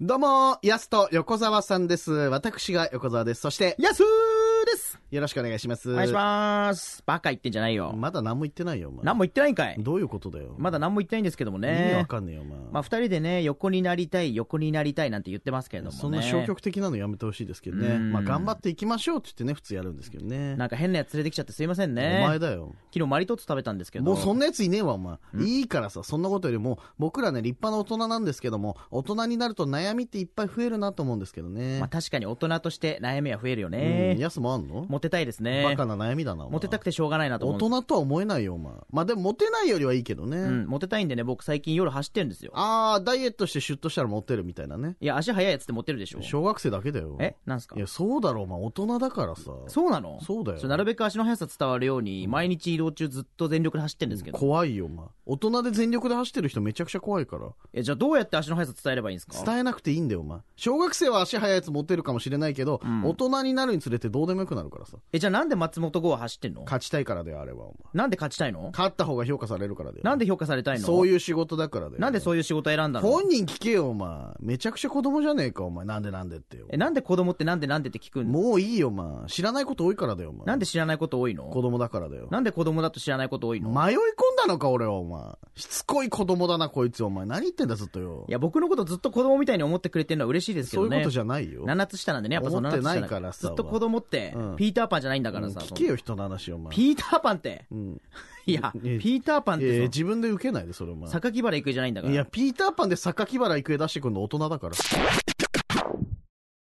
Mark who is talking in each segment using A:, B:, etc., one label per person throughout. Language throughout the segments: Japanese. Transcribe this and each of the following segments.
A: どうも、やすと横澤さんです。私が横澤です。そして、
B: やすーです
A: よろしくお願いします。
B: お願いしますバカ言ってんじゃないよ。
A: まだ何も言ってないよ、お前。
B: 何も言ってないんかい
A: どういうことだよ。
B: まだ何も言ってないんですけども
A: 意味わ
B: ね。
A: かんねえよ、お前。
B: まあ二人でね、横になりたい、横になりたいなんて言ってますけれどもね。
A: そんな消極的なのやめてほしいですけどね。
B: うん
A: まあ、頑張っていきましょうって言ってね、普通やるんですけどね。
B: なんか変なやつ連れてきちゃってすいません
A: お前
B: ね。
A: だよ。
B: 昨日マリトッツォ食べたんですけど。
A: もうそんなやついねえわ、お前。いいからさ、そんなことよりも、僕らね、立派な大人なんですけども、大人になると悩みっていっぱい増えるなと思うんですけどね。
B: まあ確かに大人として悩みは増えるよ
A: うん、
B: ね。
A: やすもあんの
B: モテたいです
A: バ
B: ね。
A: カな悩みだな、お前
B: モテたくてしょうがないなと
A: 大
B: 思うんです。
A: 人とは思えないよ、お前。まあ、でもモテないよりはいいけどね。
B: うん、モテたいんでね、僕最近夜走ってるんですよ。
A: ああ、ダイエットしてシュッとしたらモテるみたいなね。
B: いや、足速いやつってモテるでしょ。
A: 小学生だけだよ。
B: えなんすか
A: いや、そうだろ、お前。大人だからさ。
B: そうなの
A: そうだよ
B: ちょなるべく足の速さ伝わるように、毎日移動中ずっと全力で走ってるんですけど。
A: 怖いよ、お前。大人で全力で走ってる人めちゃくちゃ怖いから。
B: え、じゃあどうやって足の速さ伝えればいいんですか
A: 伝えなくていいんだよ、お前。小学生は足速いやつモテるかもしれないけど、大人になるにつれてどうでもよくなるからさ。
B: え、じゃあなんで松本剛は走ってんの
A: 勝ちたいからだよ、あれは、お前。
B: なんで勝ちたいの
A: 勝った方が評価されるからだよ。
B: なんで評価されたいの
A: そういう仕事だからだよ。
B: なんでそういう仕事選んだの
A: 本人聞けよ、お前。めちゃくちゃ子供じゃねえか、お前。なんでなんでってよ。
B: え、なんで子供ってなんでなんでって聞くの
A: もういいよ、お前。知らないこと多いからだよ、お前。
B: なんで知らないこと多い
A: 子
B: の
A: 供だからだよ。
B: なんで子供だと知らないこと多いの
A: 迷い込んだのか、俺は、お前。しつこい子供だな、こいつ、お前。何言ってんだ、ずっとよ。
B: いや、僕のことずっと子供みたいに思ってくれてるのは嬉しいですけ
A: そうい
B: ど
A: うこ
B: ね。
A: とじゃないよ。
B: 7つ下なんでね、やっぱその
A: 思って
B: 7つ下
A: ない
B: だ
A: からさ
B: ずっと子供って
A: うん、
B: ピーターパンじゃないんだからさ。
A: 聞けよ、人の話、お前。
B: ピーターパンって。
A: んい
B: いや、
A: や
B: ピーターパンっ
A: いやいや
B: てさ、
A: 自分で受けないで、それ、お前。
B: 榊原郁恵じゃないんだか
A: いや、
B: ら。
A: ピーターパンで榊原郁恵出してくるの大人だから。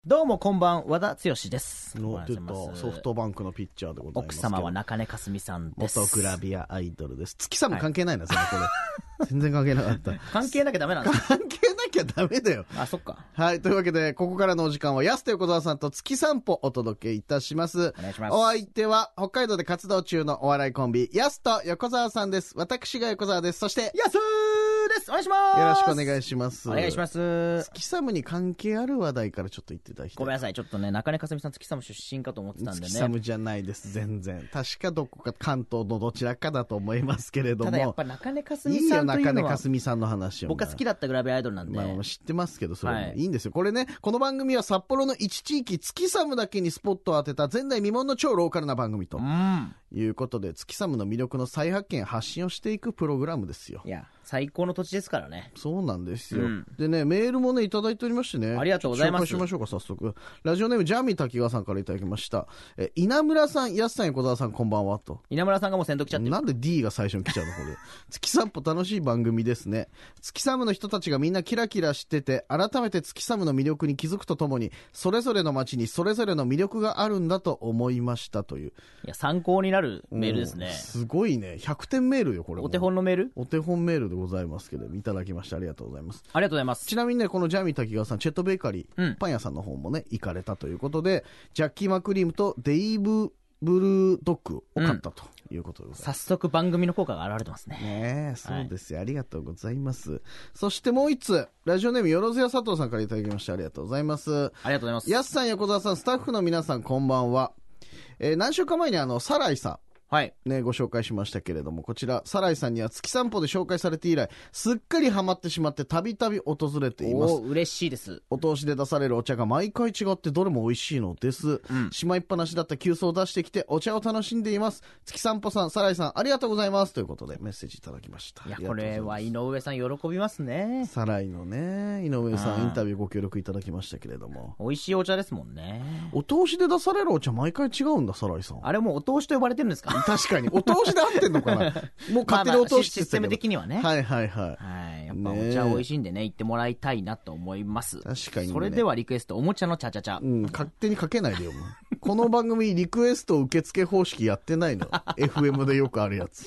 B: どうもこんばん、和田剛です。お
A: の
B: はよ
A: 出
B: うございます
A: たソフトバンクのピッチャーでございま
B: 奥
A: すけど。
B: 様は中根かすみさんです。
A: 元グラビアアイドルです。月さんも関係ないな、それ、これ。 全然関係なかった。
B: 関係なきゃダメなんだ。
A: 関係なきゃダメだよ。
B: あ、そっか。
A: はい。というわけで、ここからのお時間は、安手横澤さんと月散歩お届けいたします。
B: お願いします
A: お相手は、北海道で活動中のお笑いコンビ、安と横澤さんです。私が横澤です。そして、よ
B: やすーですお願いします
A: ろしくお願
B: い
A: いします。。
B: お願いしますす。
A: 月寒に関係ある話題からちょっと言っていただきた
B: ご
A: い。
B: めんなさい、ちょっとね、中根かすみさん、月様出身かと思ってたんで
A: 月
B: ね。
A: 寒じゃないです、全然。確かどこか関東のどちらかだと思いますけれど
B: ただやっ
A: も。
B: ぱ中根かす
A: い
B: み
A: い
B: さ
A: よ、
B: んとい
A: 中
B: う
A: 根
B: の
A: か
B: は、
A: すみさんの話を。
B: 僕が好きだったグラビアアイドルなんで
A: まあ、、まあ知ってますけど、それも、
B: はい
A: い、いんですよ。これね、この番組は札幌の一地域、月寒だけにスポットを当てた前代未聞の超ローカルな番組と
B: うん。
A: いうことで、月寒の魅力の再発見、発信をしていくプログラムですよ
B: い。や、最高の土地ですからね。
A: そうなんですよ、
B: うん
A: でね、メールもね、いただいておりましてね。
B: ありがとうございま
A: 紹
B: す
A: 介しましょうか、早速。ラジオネーム、ジャーミー滝川さんからいただきました。え、稲村さん、安さん、横澤さん、こんばんは、と。
B: 稲村さんがもう先頭来ちゃってる。
A: なんで D が最初に来ちゃうのこ れ。月散歩楽しい番組ですね。月寒の人たちがみんなキラキラしてて、改めて月寒の魅力に気づくとともに、それぞれの街にそれぞれの魅力があるんだと思いましたという。
B: いや、参考になるメールです
A: うん
B: ね。
A: すごいね。100点メールよ、これも。
B: お手本のメール
A: お手本メールでございますけれども、いただきましてありがとうございます。
B: ありがとうございます。
A: ちなみにね、このジャミー滝川さん、チェットベーカリー、
B: うん
A: パン屋さんの方もね、行かれたということで、ジャッキー・マクリームとデイブ・ブルドッグを買ったということでございます。
B: 早速番組の効果が現れてますね。
A: ねえ、そうですよ、ありがとうございます。そしてもう一つ、ラジオネームよろずや佐藤さんからいただきましてありがとうございます。
B: ありがとうございます。
A: やすさん、横澤さん、スタッフの皆さん、こんばんは。えー何週間前にあの、サライさ
B: はい。
A: ん、ね、ご紹介しましたけれども、こちら、サライさんには月散歩で紹介されて以来、すっかりハマってしまって、たびたび訪れています
B: お。ー嬉しいです。
A: お通しで出されるお茶が毎回違ってどれも美味しいのです。しまいっぱなしだった急須を出してきてお茶を楽しんでいます。月散歩さん、サライさん、ありがとうございます。ということでメッセージいただきました。
B: いや
A: あり、が
B: こ
A: うご
B: と
A: ざ
B: れ
A: います
B: は井上さん喜びますね。
A: サライのね、井上さ、
B: うんん
A: インタビューご協力いただきましたけれども。
B: 美味しいお茶ですもんね。
A: お通しで出されるお茶毎回違うんだ、サライさん。
B: あれもうお通しと呼ばれてるんですか
A: 確かに。お通しで合ってんの かなもう勝手にお通しって言ってたけど
B: システム的にはね。はい。
A: はいはいはい。
B: やっぱお茶美味しいんでね、行ってもらいたいなと思います。
A: 確かにね
B: それではリクエスト、おもちゃのチャチャチャ。
A: うん、勝手にかけないでよ、もうこの番組、リクエスト受付方式やって ないの。FM でよくあるやつ。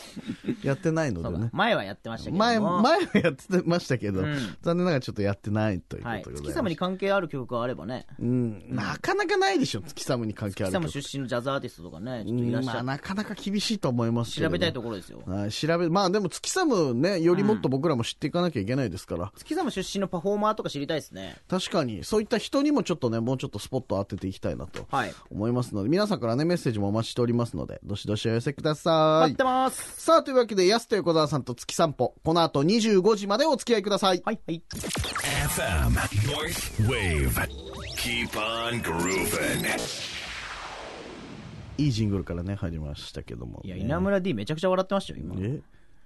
A: やってないの
B: そう
A: で
B: だ
A: ね。
B: 前はやってましたけども。
A: 前、前はやってましたけど、
B: ん
A: 残念ながらちょっとやってないというこ
B: は
A: と
B: い
A: で。ござ
B: 月
A: いま
B: 様
A: す。
B: に関係ある曲があればね。
A: うん、なかなかないでしょ、月寒に関係あ
B: 月
A: る
B: 様
A: 曲。
B: 出身のジャズアーティストとかね、ちょっと
A: う
B: いらっ
A: ん
B: し
A: ま
B: ゃ
A: あ、
B: る。
A: なかなか厳しいと思いますけれ
B: 調
A: ど
B: べたいところですよ。
A: はい調べ、まあでも月寒ね、よりもっと僕らも知っていかなきゃいけないですから、
B: 月様出身のパフォーマーとか知りたいですね。
A: 確かに、そういった人にもちょっとね、もうちょっとスポット当てていきたいなと
B: はい。
A: 思思いますので、皆さんからね、メッセージもお待ちしておりますので、どしどしお寄せくだ
B: 待
A: さ
B: っ
A: い
B: て。ます。
A: さあ、というわけで、安と横澤さんと月散歩、この後25時までお付き合いください。
B: はい、はい。
C: FM North Wave. Keep on grooving.
A: いいジングルからね、入りましたけども、
B: いや、
A: ね
B: 稲村 D めちゃくちゃ笑ってましたよ、今。
A: え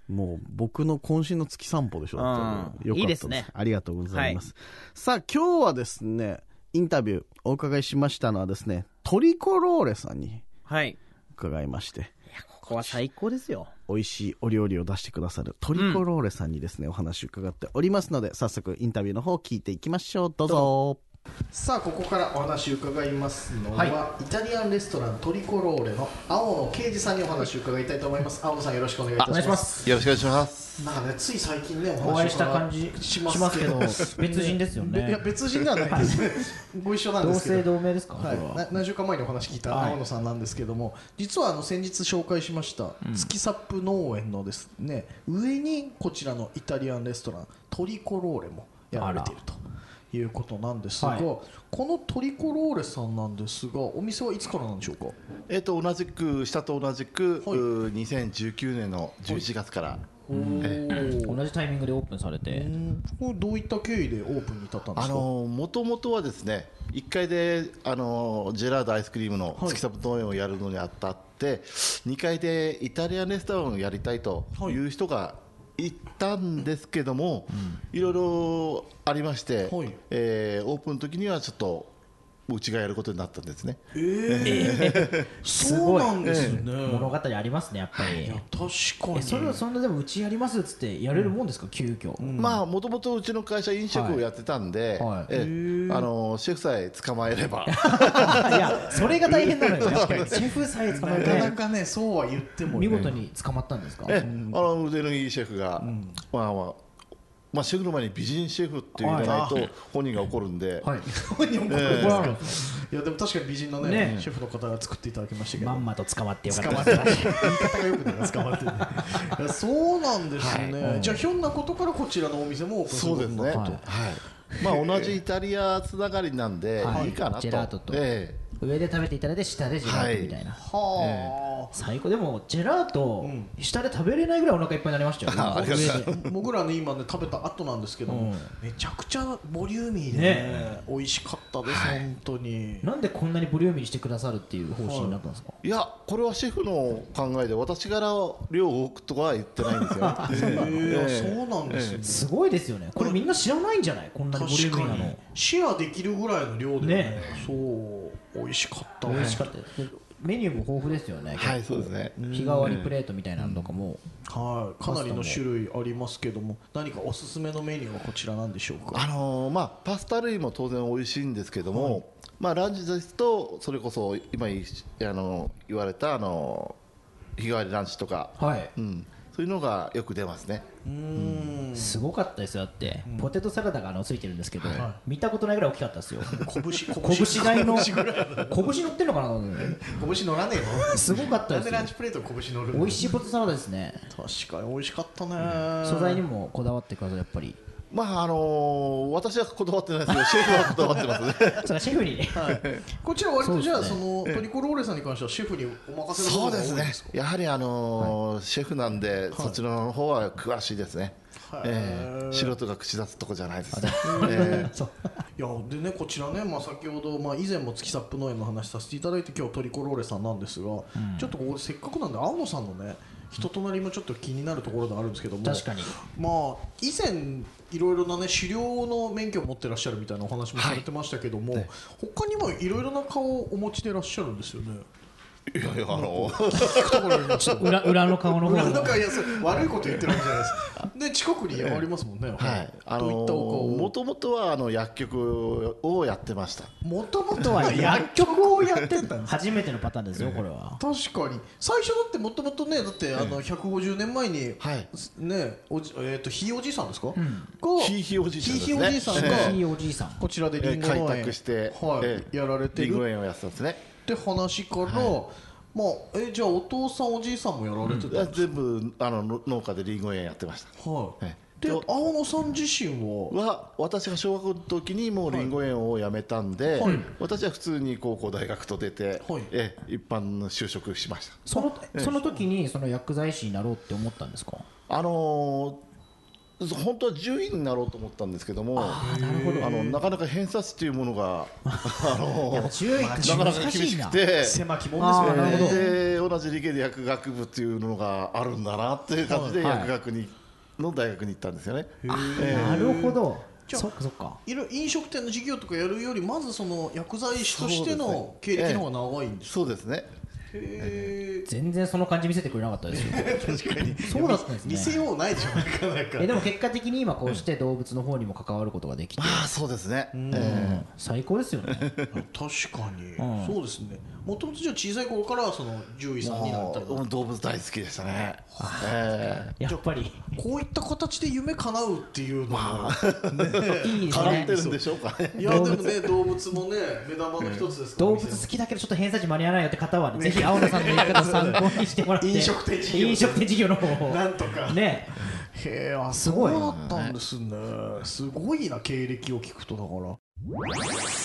A: もう僕の渾身の月散歩でしょだって
B: う
A: よ
B: ん
A: かった
B: いいですね
A: ありがとうございます、さあ今日はですねインタビューお伺いしましたのはですねトリコローレさんに
B: はい。い
A: 伺いまして
B: や、ここは最高ですよ。
A: 美味しいお料理を出してくださるトリコローレさんにですね、お話を伺っておりますので早速インタビューの方聞いていきましょうどうぞさあここからお話を伺いますのは、イタリアンレストラントリコローレの青野啓二さんにお話を伺いたいと思います青野さんよろしくお願いいたします
D: よろしくお願いします。
A: なんかねつい最近ねお話を
E: お会いした感じ
A: し
E: し
A: ま
E: ますす
A: け
E: け
A: ど
E: ど、別人ですよ
A: いや
E: ね。
A: 別人ではないですねご一緒なん
E: 同
A: ですけど
E: 姓同名ですか、
A: はい
E: これは、
A: な何週間前にお話聞いた
E: はい
A: 青野さんなんですけども、実はあの先日紹介しました月サップ農園のですね、上にこちらのイタリアンレストラントリコローレもやられているということなんですが、
E: はい
A: このトリコローレさんなんですがお店はいつからなんでしょうか
D: えっ、と同じく下と同じく、
A: はいう
D: ー2019年の11月から。
A: おー
E: 同じタイミングでオープンされ
A: う
E: て、
A: んこれどういった経緯でオープンに至ったんで
D: あ
A: すか
D: のもともとはですね1階であのジェラードアイスクリームの
A: はい
D: 月サブ農園をやるのにあたって2階でイタリアンレストランをやりたいという人がいたんですけども、い、ろいろありまして、
A: はい
D: えーオープンの時にはちょっとうちがやることになったんですね。
A: そうなんですね、
E: 物語ありますね、やっぱ
A: い
E: り
A: や。確か
E: え
A: に
E: それはそんなでもうちやりますっつってやれるもんですか、急遽、
D: まあもともとうちの会社飲食をやってたんで、
E: はいはい
D: ええあのシェフさえ捕まえれば
E: いやそれが大変なのよやっぱりシェフさえ捕まえ
A: なかな
E: て
A: かねそうは言ってもね
E: 見事に捕まったんですか、
D: ええあの腕のいいシェフが、まあまあまあシェフの前に美人シェフっていうのがないと本人が怒るんで、
E: はい
A: 日本語
D: ええ
E: 怒られるんです
A: いやでも確かに美人のね
E: ね
A: シェフの方が作っていただきましたけ
E: ね
A: ど、
E: まんまと捕まってよかった
A: 捕ま ってた言い方がよくね捕まってねいやそうなんですね、じゃあひょんなことからこちらのお店もオープンする
D: そ
A: こ
D: う
A: と
D: です
A: に
D: ね、
A: なっ
D: は
A: た
D: い
A: と、
D: まあ同じイタリアつながりなんで、
E: はい
D: い、いかなと
E: ジェラートと
D: え
E: 上で食べていただいて下でジェラートみたいな、
A: はあ、
E: 最高でもジェラート、
A: ん
E: 下で食べれないぐらいお腹いっぱいになりましたよ
D: あありがとうございます
E: 上で
A: 僕らね今ね食べた後なんですけども、
E: うん
A: めちゃくちゃボリューミーで、ね
E: ね
A: 美味しかったです、本当に
E: なんでこんなにボリューミーにしてくださるっていう方針になったんですか、
D: えいやこれはシェフの考えで私から量を多くとかは言ってないんですよ、
A: へえ
D: ええ
A: そうなんですね、
E: すごいですよねこれみんな知らないんじゃないこんなにボリュ
A: 確
E: ーミ
A: か
E: ーな
A: に
E: の
A: シェアできるぐらいの量でね
E: ね
A: そう美味しかった
E: 美味しかったですメニューも豊富ですよね
D: はいそうですね
E: 日替わりプレートみたいなのとかも、
A: はい、かなりの種類ありますけども、何かおすすめのメニューはこちらなんでしょうか。
D: あのーまあ、パスタ類も当然美味しいんですけども、まあ、ランチですとそれこそ今いあの言われた、あの日替わりランチとか、
E: はい
D: うん、そういうのがよく出ますね
A: うん、
E: すごかったですよだって、ポテトサラダがあのついてるんですけど、
A: は
E: 見たことないぐらい大きかったですよ
A: 拳、拳、
E: 拳大の
A: 拳
E: 拳
A: ぐらい
E: 乗ってん のかなと思って
A: の拳乗らねえの。
E: すごかった
A: な
E: で
A: ん
E: す
A: で
E: よ
A: ランチプレート拳乗るの。
E: 美味しいポテトサラダですね
A: 確かに美味しかったね。
E: 素材にもこだわってくださいやっぱり
D: まああのー私はこだわってない ですけどシェフはこだわってますね
E: それはシェフに
A: こちら割とじゃあ、そ
E: そ
A: のトリコローレさんに関してはシェフにお任せの
D: そ
A: こ
D: う
A: とが多
D: で
A: い
D: す
A: んで
D: ね
A: すか。
D: やはり、あのーシェフなんで、そちらの方は詳しいですね、
A: へー
D: えー素人が口出すとこじゃないですね
E: そう
A: いやでねこちらね、まあ、先ほど、まあ、以前も月サップ農園の話させていただいて今日トリコローレさんなんですが、ちょっとここでせっかくなんで青野さんのね人となりもちょっと気になるところであるんですけども
E: 確かに
A: まあ以前いろいろなね狩猟の免許を持ってらっしゃるみたいなお話もされてましたけども、他にもいろいろな顔をお持ちでいらっしゃるんですよね。
D: い やいやあのー
A: ところにちょっと
E: 裏裏の顔の方
A: なん
E: の
A: かいやそれ悪いこと言ってるわけじゃないです。で近くにありますもんね。
D: はい、あ
A: どういったお顔を
D: もともとはあの薬局をやってました
A: もとも
E: とは薬局をやって
A: た
E: た初めてのパターンですよこれは
A: 確かに最初だってもともとねだってあの150年前に、
D: はい
A: ねおじえっ、とひいおじいさんですか、が
D: ひいひいおじいさんですね
A: ひいひいおじいさんが
E: いいおじいさん
A: こちらで
D: え
A: リ
D: ー
A: ンゴ農
D: 開
A: 園
D: 拓して、
A: はい
D: えー
A: やられて
D: リンゴ
A: る
D: 園をやってたんですね
A: って話から、まあえじゃあお父さんおじいさんもやられてた、
D: 全部あのの農家でリンゴ園やってました、
A: はい
D: え
E: で青野さん自身は
D: は私が小学校の時にもうりんご園を辞めたんで、
E: はい
D: 私は普通に高校大学と出て、
E: はい
D: え一般の就職しました
F: そのその時にその薬剤師になろうって思ったんですか
D: あのー本当は獣医になろうと思ったんですけどもなのなかなか偏差値というものがあのー
F: 注意
D: なかなか
F: 難
D: 厳
F: しい
D: し
F: な
D: くて
E: 狭き門ですよね
D: で同じ理系で薬学部っていうのがあるんだなっていう感じで
F: はい
D: 薬学に、の大学に行ったんですよね。
F: なるほど
E: じゃあ
F: そっかそっか
E: いろ飲食店の事業とかやるよりまずその薬剤師とし
D: そうで
E: て
D: す
E: の
D: ね
E: 経歴の方が長いんです
D: そうですね。
E: へ
F: 全然その感じ見せてくれなかったですよ
E: え確かに
F: そうだったんですね
E: 見せようないでしょなかなか
F: えでも結果的に今こうして動物の方にも関わることができて
D: ああ、そうですね。え
F: 最高ですよ ね
E: 確かに、
F: うん
E: そうですねもともとじゃあ小さい頃からその獣医
D: え
E: さんになったりだと
D: もう動物大好きでしたね。え
F: やっぱり
E: こういった形で夢叶うっていうのも、
F: い
D: え
F: いです
D: 絡ん
F: ね
D: でるんでしょうかね。
E: いやでもね動物もね目玉の一つですから
F: 動物好きだけどちょっと偏差値間に合わないよって方はねぜひ青野さんの言い方を参考にしてもらって
E: 飲食店事業
F: 飲食店事業の方を
E: なんとか
F: ね
E: へえあす
F: す
E: ご
F: ご
E: い
F: い
E: そうだったんですねすごいな経歴を聞くとだから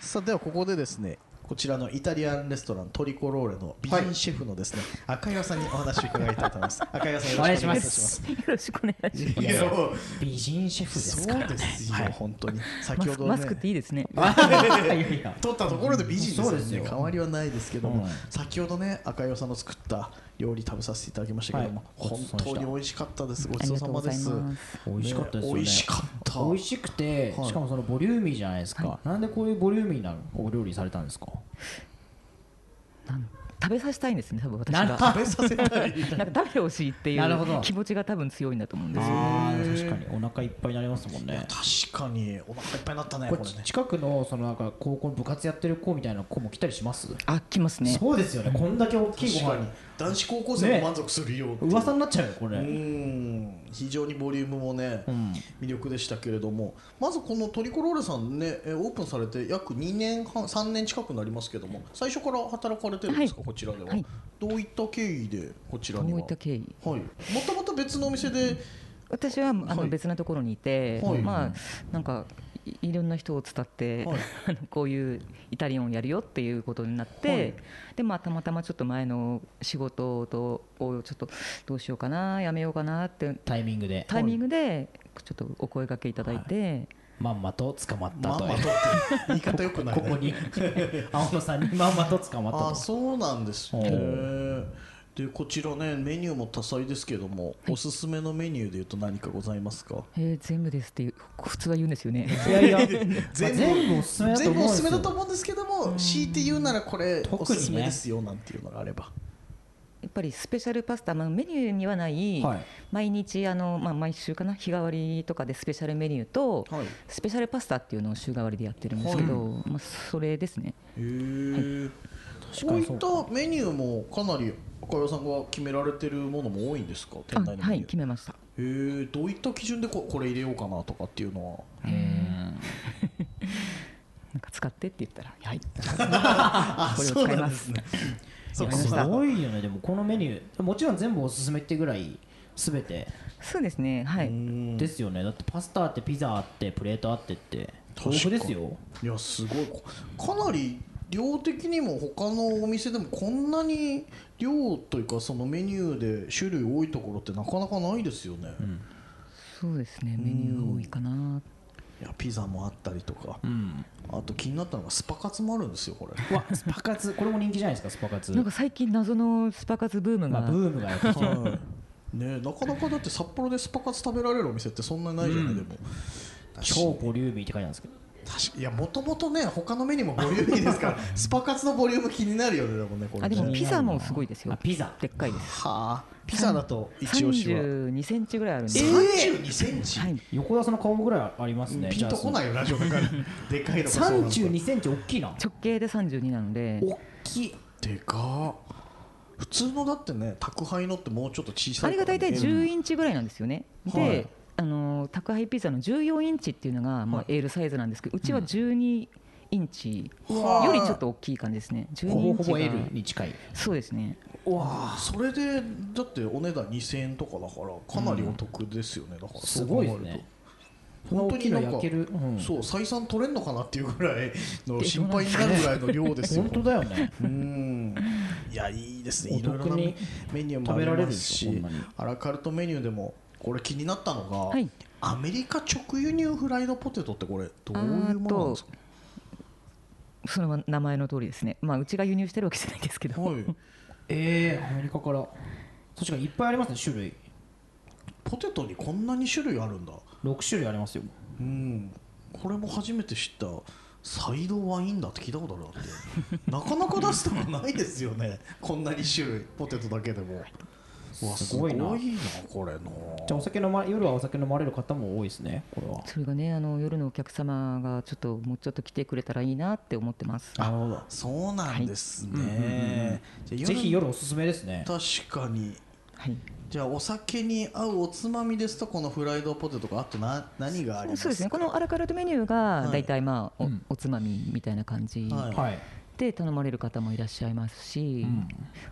E: さあではここでですねこちらのイタリアンレストラントリコローレの美人シェフのですね、赤岩さんにお話を伺いたいと思います赤岩さんよろしくお願いいたします
G: よろしくお願いします。
E: いやそう
F: 美人シェフですからね
E: ですよ、本当に先
G: マ
E: ほ
G: ス
E: どね
G: マスクっていいです ね。
F: いやいや
E: 取ったところで美人です
F: そう
E: よ
F: です
E: ね
F: よ
E: 変わりはないですけども、
F: うん
E: 先ほどね赤代さんの作った料理食べさせていただきましたけども、
F: はい
E: 本当に美味しかったですごちそうさまです
G: ありがとうござ
F: 美味し
G: いま
F: かったですよね
E: 美味しかった
F: 美味しくて
E: はい
F: しかもそのボリューミーじゃないですかなんでこういうボリューミーなお料理されたんですか
G: なん食べさせたいんですね、多分私
F: な
G: が。
F: ん
G: なん
F: か
G: か
E: 食べさせたい
G: 食べてほしいってい
F: なるほど
G: う気持ちが多分強いんだと思うんですよ。
F: あー確かにお腹いっぱいになりますもんね
E: 確かにお腹いっぱいになったね
F: こ
E: こ
F: れ
E: れ
F: ち
E: ね
F: 近くのそのなんか高校の部活やってる子みたいな子も来たりします
G: あ、来ますね。
F: そうですよねこんだけ大きいご
E: 確か
F: 飯
E: に男子高校生も満足するよっていう
F: 噂になっちゃうよこ
E: う
F: れ
E: ん非常にボリュームもね、
F: ん
E: 魅力でしたけれどもまずこのトリコローレさんねえオープンされて約2年半3年近くなりますけども最初から働かれてるんですか、こちらでは、
G: はい
E: どういった経緯でこちら
G: ど
E: には
G: ういった経緯
E: はい、もともと別のお店で、
G: 私はあ
E: はい
G: の別なところにいて、
E: はい
G: まあなんかいいろんな人を伝って、
E: はい
G: あの こういうイタリアンをやるよっていうことになって、
E: はい
G: でまあたまたまちょっと前の仕事とをちょっとどうしようかなやめようかなって
F: タイミングで
G: タイミングでちょっとお声掛けいただいて、
F: まんまと捕まった
E: まん
F: と
E: ま
F: いう
E: とって言い方よくない、
F: ここに青野さんにまんまと捕まった
E: あ
F: と
E: そうなんです
F: お
E: ねでこちらねメニューも多彩ですけども、おすすめのメニューで言うと何かございますか
G: えー全部ですっていう普通は言うんですよね。
F: いやいや
E: 全部
F: まあ全部おすすめだと
E: 全部
F: 思うん
E: お
F: ですす
E: すめだと
F: よ
E: 思うんですけども強いて言うならこれ
F: 特にね
E: おすすめですよなんていうのがあれば
G: やっぱりスペシャルパスタ、まあ、メニューにはない、
F: はい
G: 毎日あの、まあ、毎週かな日替わりとかでスペシャルメニューと、
E: はい
G: スペシャルパスタっていうのを週替わりでやってるんですけど、まあ、それですね
E: へえ
F: か
E: そうい
F: に
E: っ
F: そう
E: たメニューもかなり赤代さんが決められてるものも多いんですか店
G: あ
E: 内の
G: は
E: メ
G: い
E: ニュ
G: 決
E: ー、
G: めました
E: へえどういった基準でここれ入れようかなとかっていうのは
G: なんか使ってって言ったらはい
E: あ
G: これを
E: そう
G: 使い
E: なん
G: ま
E: です
G: す
E: ね
G: やりますした
F: ごいよねでもこのメニューもちろん全部おすすめってぐらい全て
G: そうですねはい
F: ですよねだってパスタあってピザあってプレートあってって
E: 確か
F: 豆腐ですよ
E: いやすごいこかなり量的にも他のお店でもこんなに量というかそのメニューで種類多いところってなかなかないですよね、
G: そうですねメニュー多いかない
E: やピザもあったりとか、あと気になったのがスパカツもあるんですよこれ
F: うわスパカツこれも人気じゃないですかスパカツ
G: なんか最近謎のスパカツブームが、
F: まあブームがやってきて
E: ねえなかなかだって札幌でスパカツ食べられるお店ってそんなにないじゃない、でも
F: 超ボリューミーって書いてあるんですけど
E: 確かいやもともとね他のメニューもボリューミーですからスパカツのボリューム気になるよねでもねこれ
G: あで
E: ね
G: もピザもすごいですよ
F: あピザ
G: でっかいです
E: はあピザだと一押しは
G: 32センチぐらいあるんで、
E: 32センチ、
G: はい
F: 横田さんの顔ぐらいありますね
E: ピンとこ
F: い
E: ないよラジオだからでかいのがそうなのか
F: 32センチ大きいな
G: 直径で32なので
E: おっきいでかっ普通のだってね宅配のってもうちょっと小さ
G: あ
E: い
G: れ
E: から
G: が大体
E: ね
G: 10インチぐらいなんですよね。
E: は
G: で
E: い、
G: あのー宅配ピザの14インチっていうのがまあ L サイズなんですけど、うちは12インチよりちょっと大きい感じですね。12
F: ほぼ
G: イン
F: ほ
G: チ
F: ぼ
G: が
F: L に近い
G: そうですね。
E: それでだってお値段2000円とかだからかなりお得ですよね、だから
F: すごいです
E: そう考える
F: ね
E: と
F: この
E: 本当
F: 大きい
E: に
F: の
E: なんか
F: 焼ける、うん
E: そう採算取れんのかなっていうぐらいの心配になるぐらいの量です よ
F: 本当だよね
E: うんいやいいですねい
F: お得
E: ろ
F: に
E: いろなメニューもあ
F: 食べられる
E: り
F: ん
E: ま
F: ですす
E: し
F: よほんまに
E: アラカルトメニューでもこれ気になったのが、
G: はい
E: アメリカ直輸入フライドポテトってこれどういうものなんですか
G: その名前の通りですねまあうちが輸入してるわけじゃないですけど、
E: はい
F: ええアメリカから確かにいっぱいありますね種類
E: ポテトにこんなに種類あるんだ
F: 6種類ありますよ
E: うんこれも初めて知ったサイドワインだって聞いたことあるだって なかなか出すとこないですよねこんなに種類ポテトだけでもうわす
F: す
E: ご
F: ご
E: い
F: い
E: な
F: な
E: これな
F: じゃあお酒飲ま夜はお酒飲まれる方も多いですねこれは
G: それがねあの夜のお客様がちょっともうちょっと来てくれたらいいなって思ってます
F: なるほど
E: そうなんですね、じゃあ
F: ぜひ夜おすすめですね
E: 確かに
G: はい
E: じゃあお酒に合うおつまみですとこのフライドポテトかあとな何がありますか
G: そうですねこのアラカルトメニュー
E: は
G: が
E: い
G: 大体まあお,、
F: うん
G: おつまみみたいな感じ
E: はい
F: はい
G: で頼まれる方もいらっしゃいますし、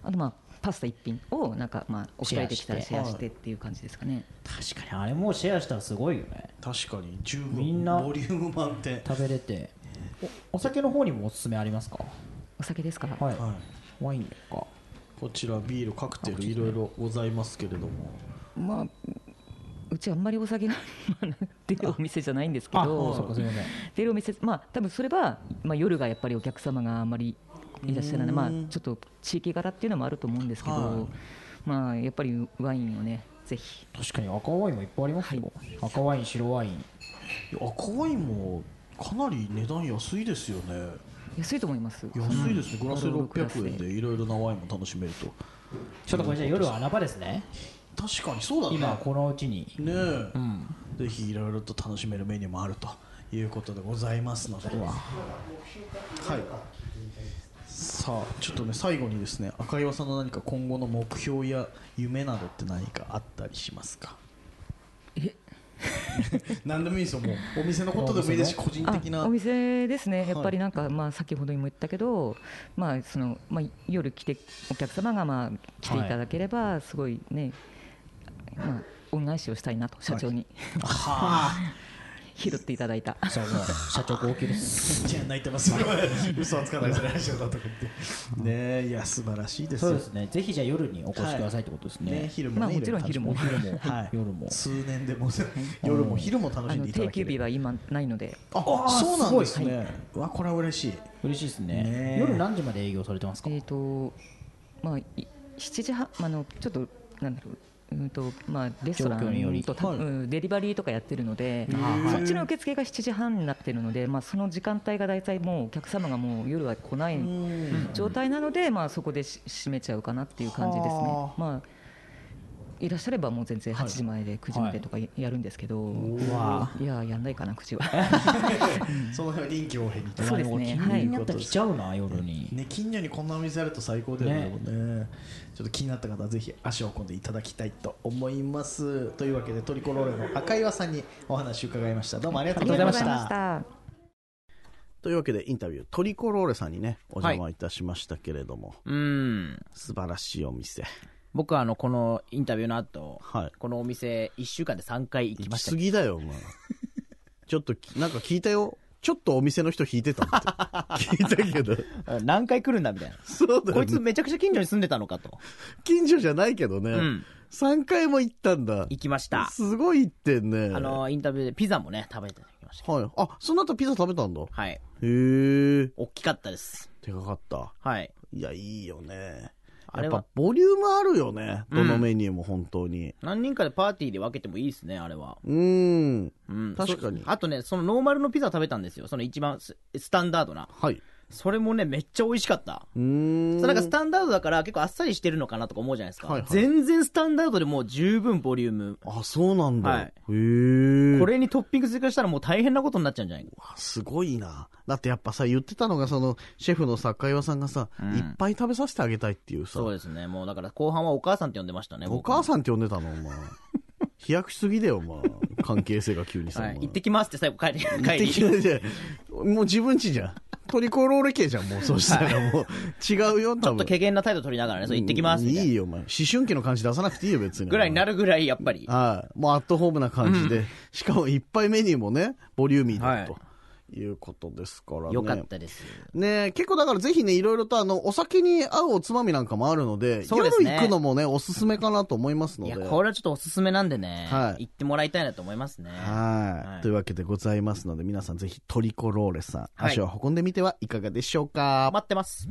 G: あとまあパスタ一品をなんかまあお二人できたらシ
F: シ
G: ェ
E: ェ
G: ア
E: ア
G: し
E: して
G: てっていう感じですかね。
F: 確かにあれもうシェアしたらすごいよね
E: 確かに十
F: み
E: 分
F: んな
E: ボリューム満点
F: 食べれておお酒の方にもおすすめありますか
G: お酒ですか。
F: はい、
E: はい
F: ワインとか
E: こちらビールカクテルいろいろございますけれども
G: まあうちあんまりお酒がまあ出るお店じゃないんですけ
F: あそうか
G: ど
F: す、みません
G: 出るお店まあ多分それはまあ夜がやっぱりお客様があんまりいらっしゃらないまあちょっと地域柄っていうのもあると思うんですけ
E: はい
G: ど、まあやっぱりワインをねぜひ
F: 確かに赤ワインもいっぱいありますよ、赤ワイン白ワイン
E: いや赤ワインもかなり値段安いですよね
G: 安いと思います。
E: 安いですね、グラス
G: うん
E: 600円でいろいろなワインも楽しめると
F: ちょっとこれじゃあ夜は穴場ですね
E: 確かにそうだね
F: 今このうちに
E: ねえ、ぜひいろいろと楽しめるメニューもあるということでございますので、はい、さあちょっとね最後にですね赤岩さんの何か今後の目標や夢などって何かあったりしますかえ 何でもいいですよもうお店のことでもいいですし個人
G: あ
E: 的な
G: お店ですね、やっぱ
E: はい
G: りなんか、まあ、先ほどにも言ったけど、まあそのまあ、夜来て、お客様が、まあ、来ていただければ、すごいね、まあ、恩返しをしたいなと、社長に、 拾っていただいた、
F: 社長号泣です
E: じゃあ泣いてますよ 嘘はつかないですねラジオだとか言ってねえいや素晴らしいです
F: そう
E: よ
F: ですねぜひじゃあ夜にお越しくださいってことですね,、
E: ね、昼もね、
G: まあもちろん昼も
E: いろいろ楽しめる
F: 昼も
E: はい、
F: 夜も
E: 通年でも夜も昼も楽
G: あ
E: しん
G: の
E: でいた
G: 定
E: だけ
G: 休日
E: る
G: は今ないので、
E: あ
F: あ
E: そうなんです
F: すごい
E: ね、わこれは嬉しい
F: 嬉しいですね
E: ねえ
F: 夜何時まで営業されてますか、
G: えーとまあ、い7時半、あのちょっと、なんだろう。うんとまあ、レストラ
F: 状況によ
G: ン
F: り
G: とた、
E: はい
G: うんデリバリーとかやってるので、そっちの受付が7時半になってるので、まあ、その時間帯が大体もうお客様がもう夜は来ない状態なので、まあ、そこでし閉めちゃうかなっていう感じですね
F: は。
G: まあいらっしゃればもう全然8時前で9時までとかややるんですけど、い、
F: わ
G: ややんないかな9時は
E: その辺は臨機応変に
G: そうですねは
F: 気
G: い
F: になったら来ちゃうな夜に、
E: ね、近所にこんなお店あると最高だよねでもねちょっと気になった方はぜひ足を運んでいただきたいと思いますというわけでトリコロールの赤岩さんにお話伺いましたどうもありがとうございまし
G: ありがと
E: た
G: うございました
A: というわけでインタビュートリコローレさんにねお邪魔いたしましたけれども、
B: うん。
A: 素晴らしいお店
B: 僕はあの、このインタビューの後、
A: はい
B: このお店、1週間で3回行き
A: 行
B: まし
A: き
B: た
A: 過
B: けど。
A: ぎだよお前ちょっときなんか聞いたよちょっとお店の人引いてた って聞いたけど
B: あ何回来るんだみたいな。
A: そうだ
B: こ
A: よ
B: いつ
A: ね
B: めちゃくちゃ近所に住んでたのかと。
A: 近所じゃないけどね、
B: うん
A: 3回も行ったんだ
B: 行きました。
A: すごい行ってんね
B: あの、インタビューでピザもね、食べていただきました。
A: はいあその後ピザ食べたんだへ
B: はい。
A: え
B: 大きかったです。
A: でかかった
B: はい。
A: いやいいよね
B: あ
A: や
B: れ
A: っ
B: は
A: ぱボリュームあるよね
B: う
A: ど
B: ん
A: のメニューも本当に
B: 何人かでパーティーで分けてもいいですね、あれは。
A: うーん
B: うん。
A: 確かに
B: そあとね、そのノーマルのピザ食べたんですよ。その一番ススタンダードな。
A: はい
B: それもね、めっちゃ美味しかった。
A: うーん
B: そうなんかスタンダードだから結構あっさりしてるのかなとか思うじゃないですか。
A: はいはい
B: 全然スタンダードでもう十分ボリューム。
A: あそうなんだ、
B: はい
A: へえ
B: これにトッピング追加したらもう大変なことになっちゃうんじゃないか。
A: すごいな。だってやっぱさ、言ってたのが、その、シェフの坂岩さんがさ、いっぱい食べさせてあげたいっていうさ、
B: そうですね。もうだから後半はお母さんって呼んでましたね。
A: お母
B: さ
A: さんって呼んでたの、 お前。飛躍しすぎだよ、お前。関係性が急にさ。
B: はい
A: お。前
B: 行ってきますって最後帰り、帰
A: 行って
B: り。
A: きてもう自分家じゃん。トリコロール系じゃん、もう。そうしたらもう、違うよ、 多
B: ちょっと
A: 分。
B: 軽減な態度取りながらね、そう行ってきます
A: うん
B: みたい
A: い
B: ない
A: よ、お前。思春期の感じ出さなくていいよ、別に。
B: ぐらいにな
A: る。
B: るぐらい、やっぱり。
A: はい。もうアットホームな感じで。しかもいっぱいメニューもね、ボリューミーだと
B: は。
A: いうことですからね。
B: よかったです。
A: ねえ結構だからぜひね、いろいろとあの、お酒に合うおつまみなんかもあるので、
B: そうですね
A: 夜行くのもね、おすすめかなと思いますの
B: い
A: で。
B: や、これはちょっとおすすめなんでね、
A: はい
B: 行ってもらいたいなと思いますね。
A: はい、
B: はい
A: というわけでございますので、皆さんぜひトリコローレさん、
B: はい
A: 足を運んでみてはいかがでしょうか。
B: 待ってます。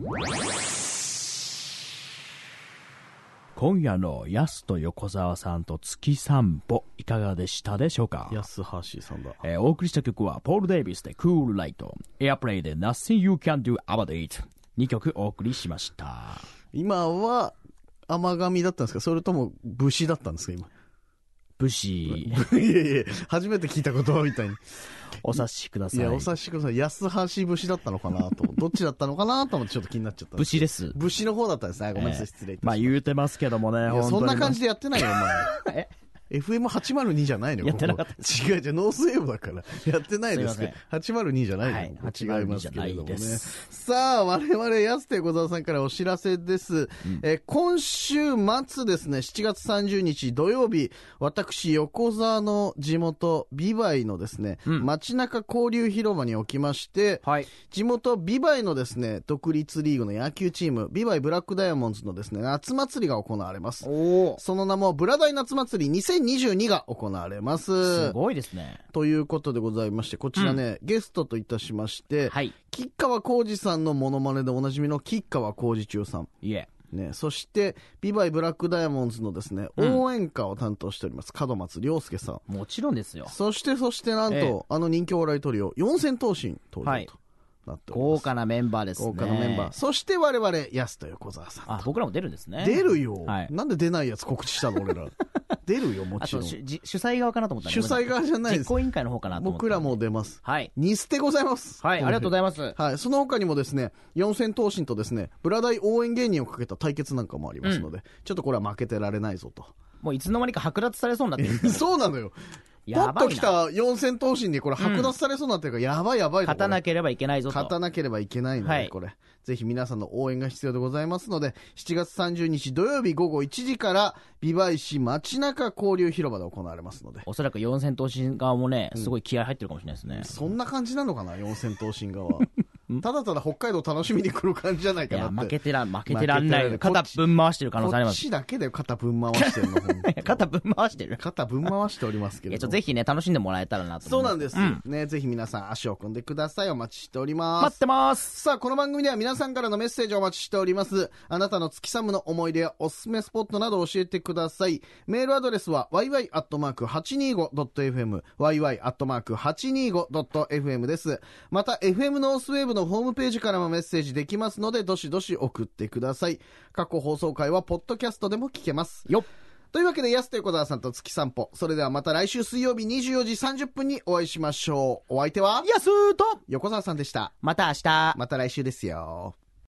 H: 今夜のヤスと横澤さんと月散歩いかがでしたでしょうか
A: 安橋さんだ。
H: えーお送りした曲はポール・デイビスで Cool Light、Airplay で Nothing You Can Do About It 2曲お送りしました。
A: 今は、甘噛みだったんですかそれとも、武士だったんですか今。
H: 武士、
A: いやいや、初めて聞いた言葉みたいに。
H: お察しくださ
A: い
H: い。
A: や、お察しください。安橋武士だったのかなと。 どっちだったのかなと思ってちょっと気になっちゃったん
H: 武
A: です
H: 士です。
A: 武士の方だったんですね。ごめんなさい、失礼いたし
H: ま
A: ま
H: あ
A: した。
H: 言うてますけどもね、
A: いやそんな感じ
H: で。
A: でやってないよ、お前。FM802 じゃないのよ。
H: やってなかった
A: ここ違う、じゃノースウェーブだから。やってないですけど。802じゃないの
H: は
A: よ。
H: い
A: 違いますけれども
H: 802じゃない
A: ね
H: で。
A: さあ、我々、安手小沢さんからお知らせです。えー今週末ですね、7月30日土曜日、私、横沢の地元、ビバイのですね、街中交流広場におきまして、
B: はい。
A: 地元ビバイのですね、独立リーグの野球チーム、ビバイブラックダイヤモンドズのですね、夏祭りが行われます。
B: おお。
A: その名も、ブラダイ夏祭り2022が行われます。
B: すごいですね。
A: ということでございまして、こちらね、ゲストといたしまして、
B: はい。
A: 吉川浩司さんのモノマネでおなじみの吉川浩司中さん。
B: いえ。
A: ね、そして、ビバイブラックダイヤモンドズのですね、応援歌を担当しております、門松良介さん。
B: もちろんですよ。
A: そして、そして、なんと、
B: ええ
A: あの人気お笑いトリオ、四千頭身登
B: は
A: 場
B: い
A: となっております。
B: 豪華なメンバーですね。
A: 豪華なメンバー。。そして我々、安と横澤さん。
B: あ、僕らも出るんですね。
A: 出るよ、
B: はい
A: なんで出ないやつ告知したの 俺ら。出るよ、も
B: あ
A: ち
B: と
A: ろん。
B: 主、じ主催側かなと思ったんで
A: 主催側じゃないです
B: 実行委員会の方かなと思った。
A: 僕ら。も出ます。
B: はい。
A: に捨てございます。
B: はい、ありがとうござ
A: い
B: います。
A: はい、その他にもですね、四千頭身とですね、ブラダイ応援芸人をかけた対決なんかもありますので、ちょっとこれは負けてられないぞと。
B: もういつの間にか剥奪されそうになってる
A: そうなのよ。パッ
B: やばいな
A: と来た四千頭身にこれ剥奪されそうになってるから、やばいやばいと
B: 勝たなければいけないぞと。
A: 勝たなければいけないので、
B: はい
A: これ。ぜひ皆さんの応援が必要でございますので、7月30日土曜日午後1時から、美唄市街中交流広場で行われますので。
B: おそらく四千頭身側もね、すごい気合入ってるかもしれないですね。
A: そんな感じなのかな、四千頭身 側。ただただ北海道楽しみに来る感じじゃない
B: い
A: かな
B: や、
A: って。
B: 負けてらん、負けてらんない
A: 負け
B: よ。
A: てらんない
B: 肩ぶん回してる可能性あり
A: こ
B: ま
A: っ
B: す。
A: ちだけで肩ぶん回してるの、本当
B: 肩ぶん回してる。
A: 肩ぶん回しておりますけ
B: い
A: れ
B: や、ちょ
A: ど
B: っ
A: も。
B: とぜひね、楽しんでもらえたらなと
A: そう
B: 思います。
A: なんです、ね。ぜひ皆さん足を組んでください。お待ちしております。
B: 待ってます
A: さあ、この番組では皆さんからのメッセージをお待ちしております。あなたの月寒の思い出やおすすめスポットなどを教えてください。メールアドレスは yy.825.fm、yy.825.fm です。また、FM ノースウェーブのホームページからもメッセージできますので、どしどし送ってください。過去放送回はポッドキャストでも聞けます。
B: よっ
A: というわけで、安手小沢さんと月散歩。それではまた来週水曜日24時30分にお会いしましょう。お相手は
B: やすーと
A: 横澤さんでした。
B: また明日
A: また来週ですよ。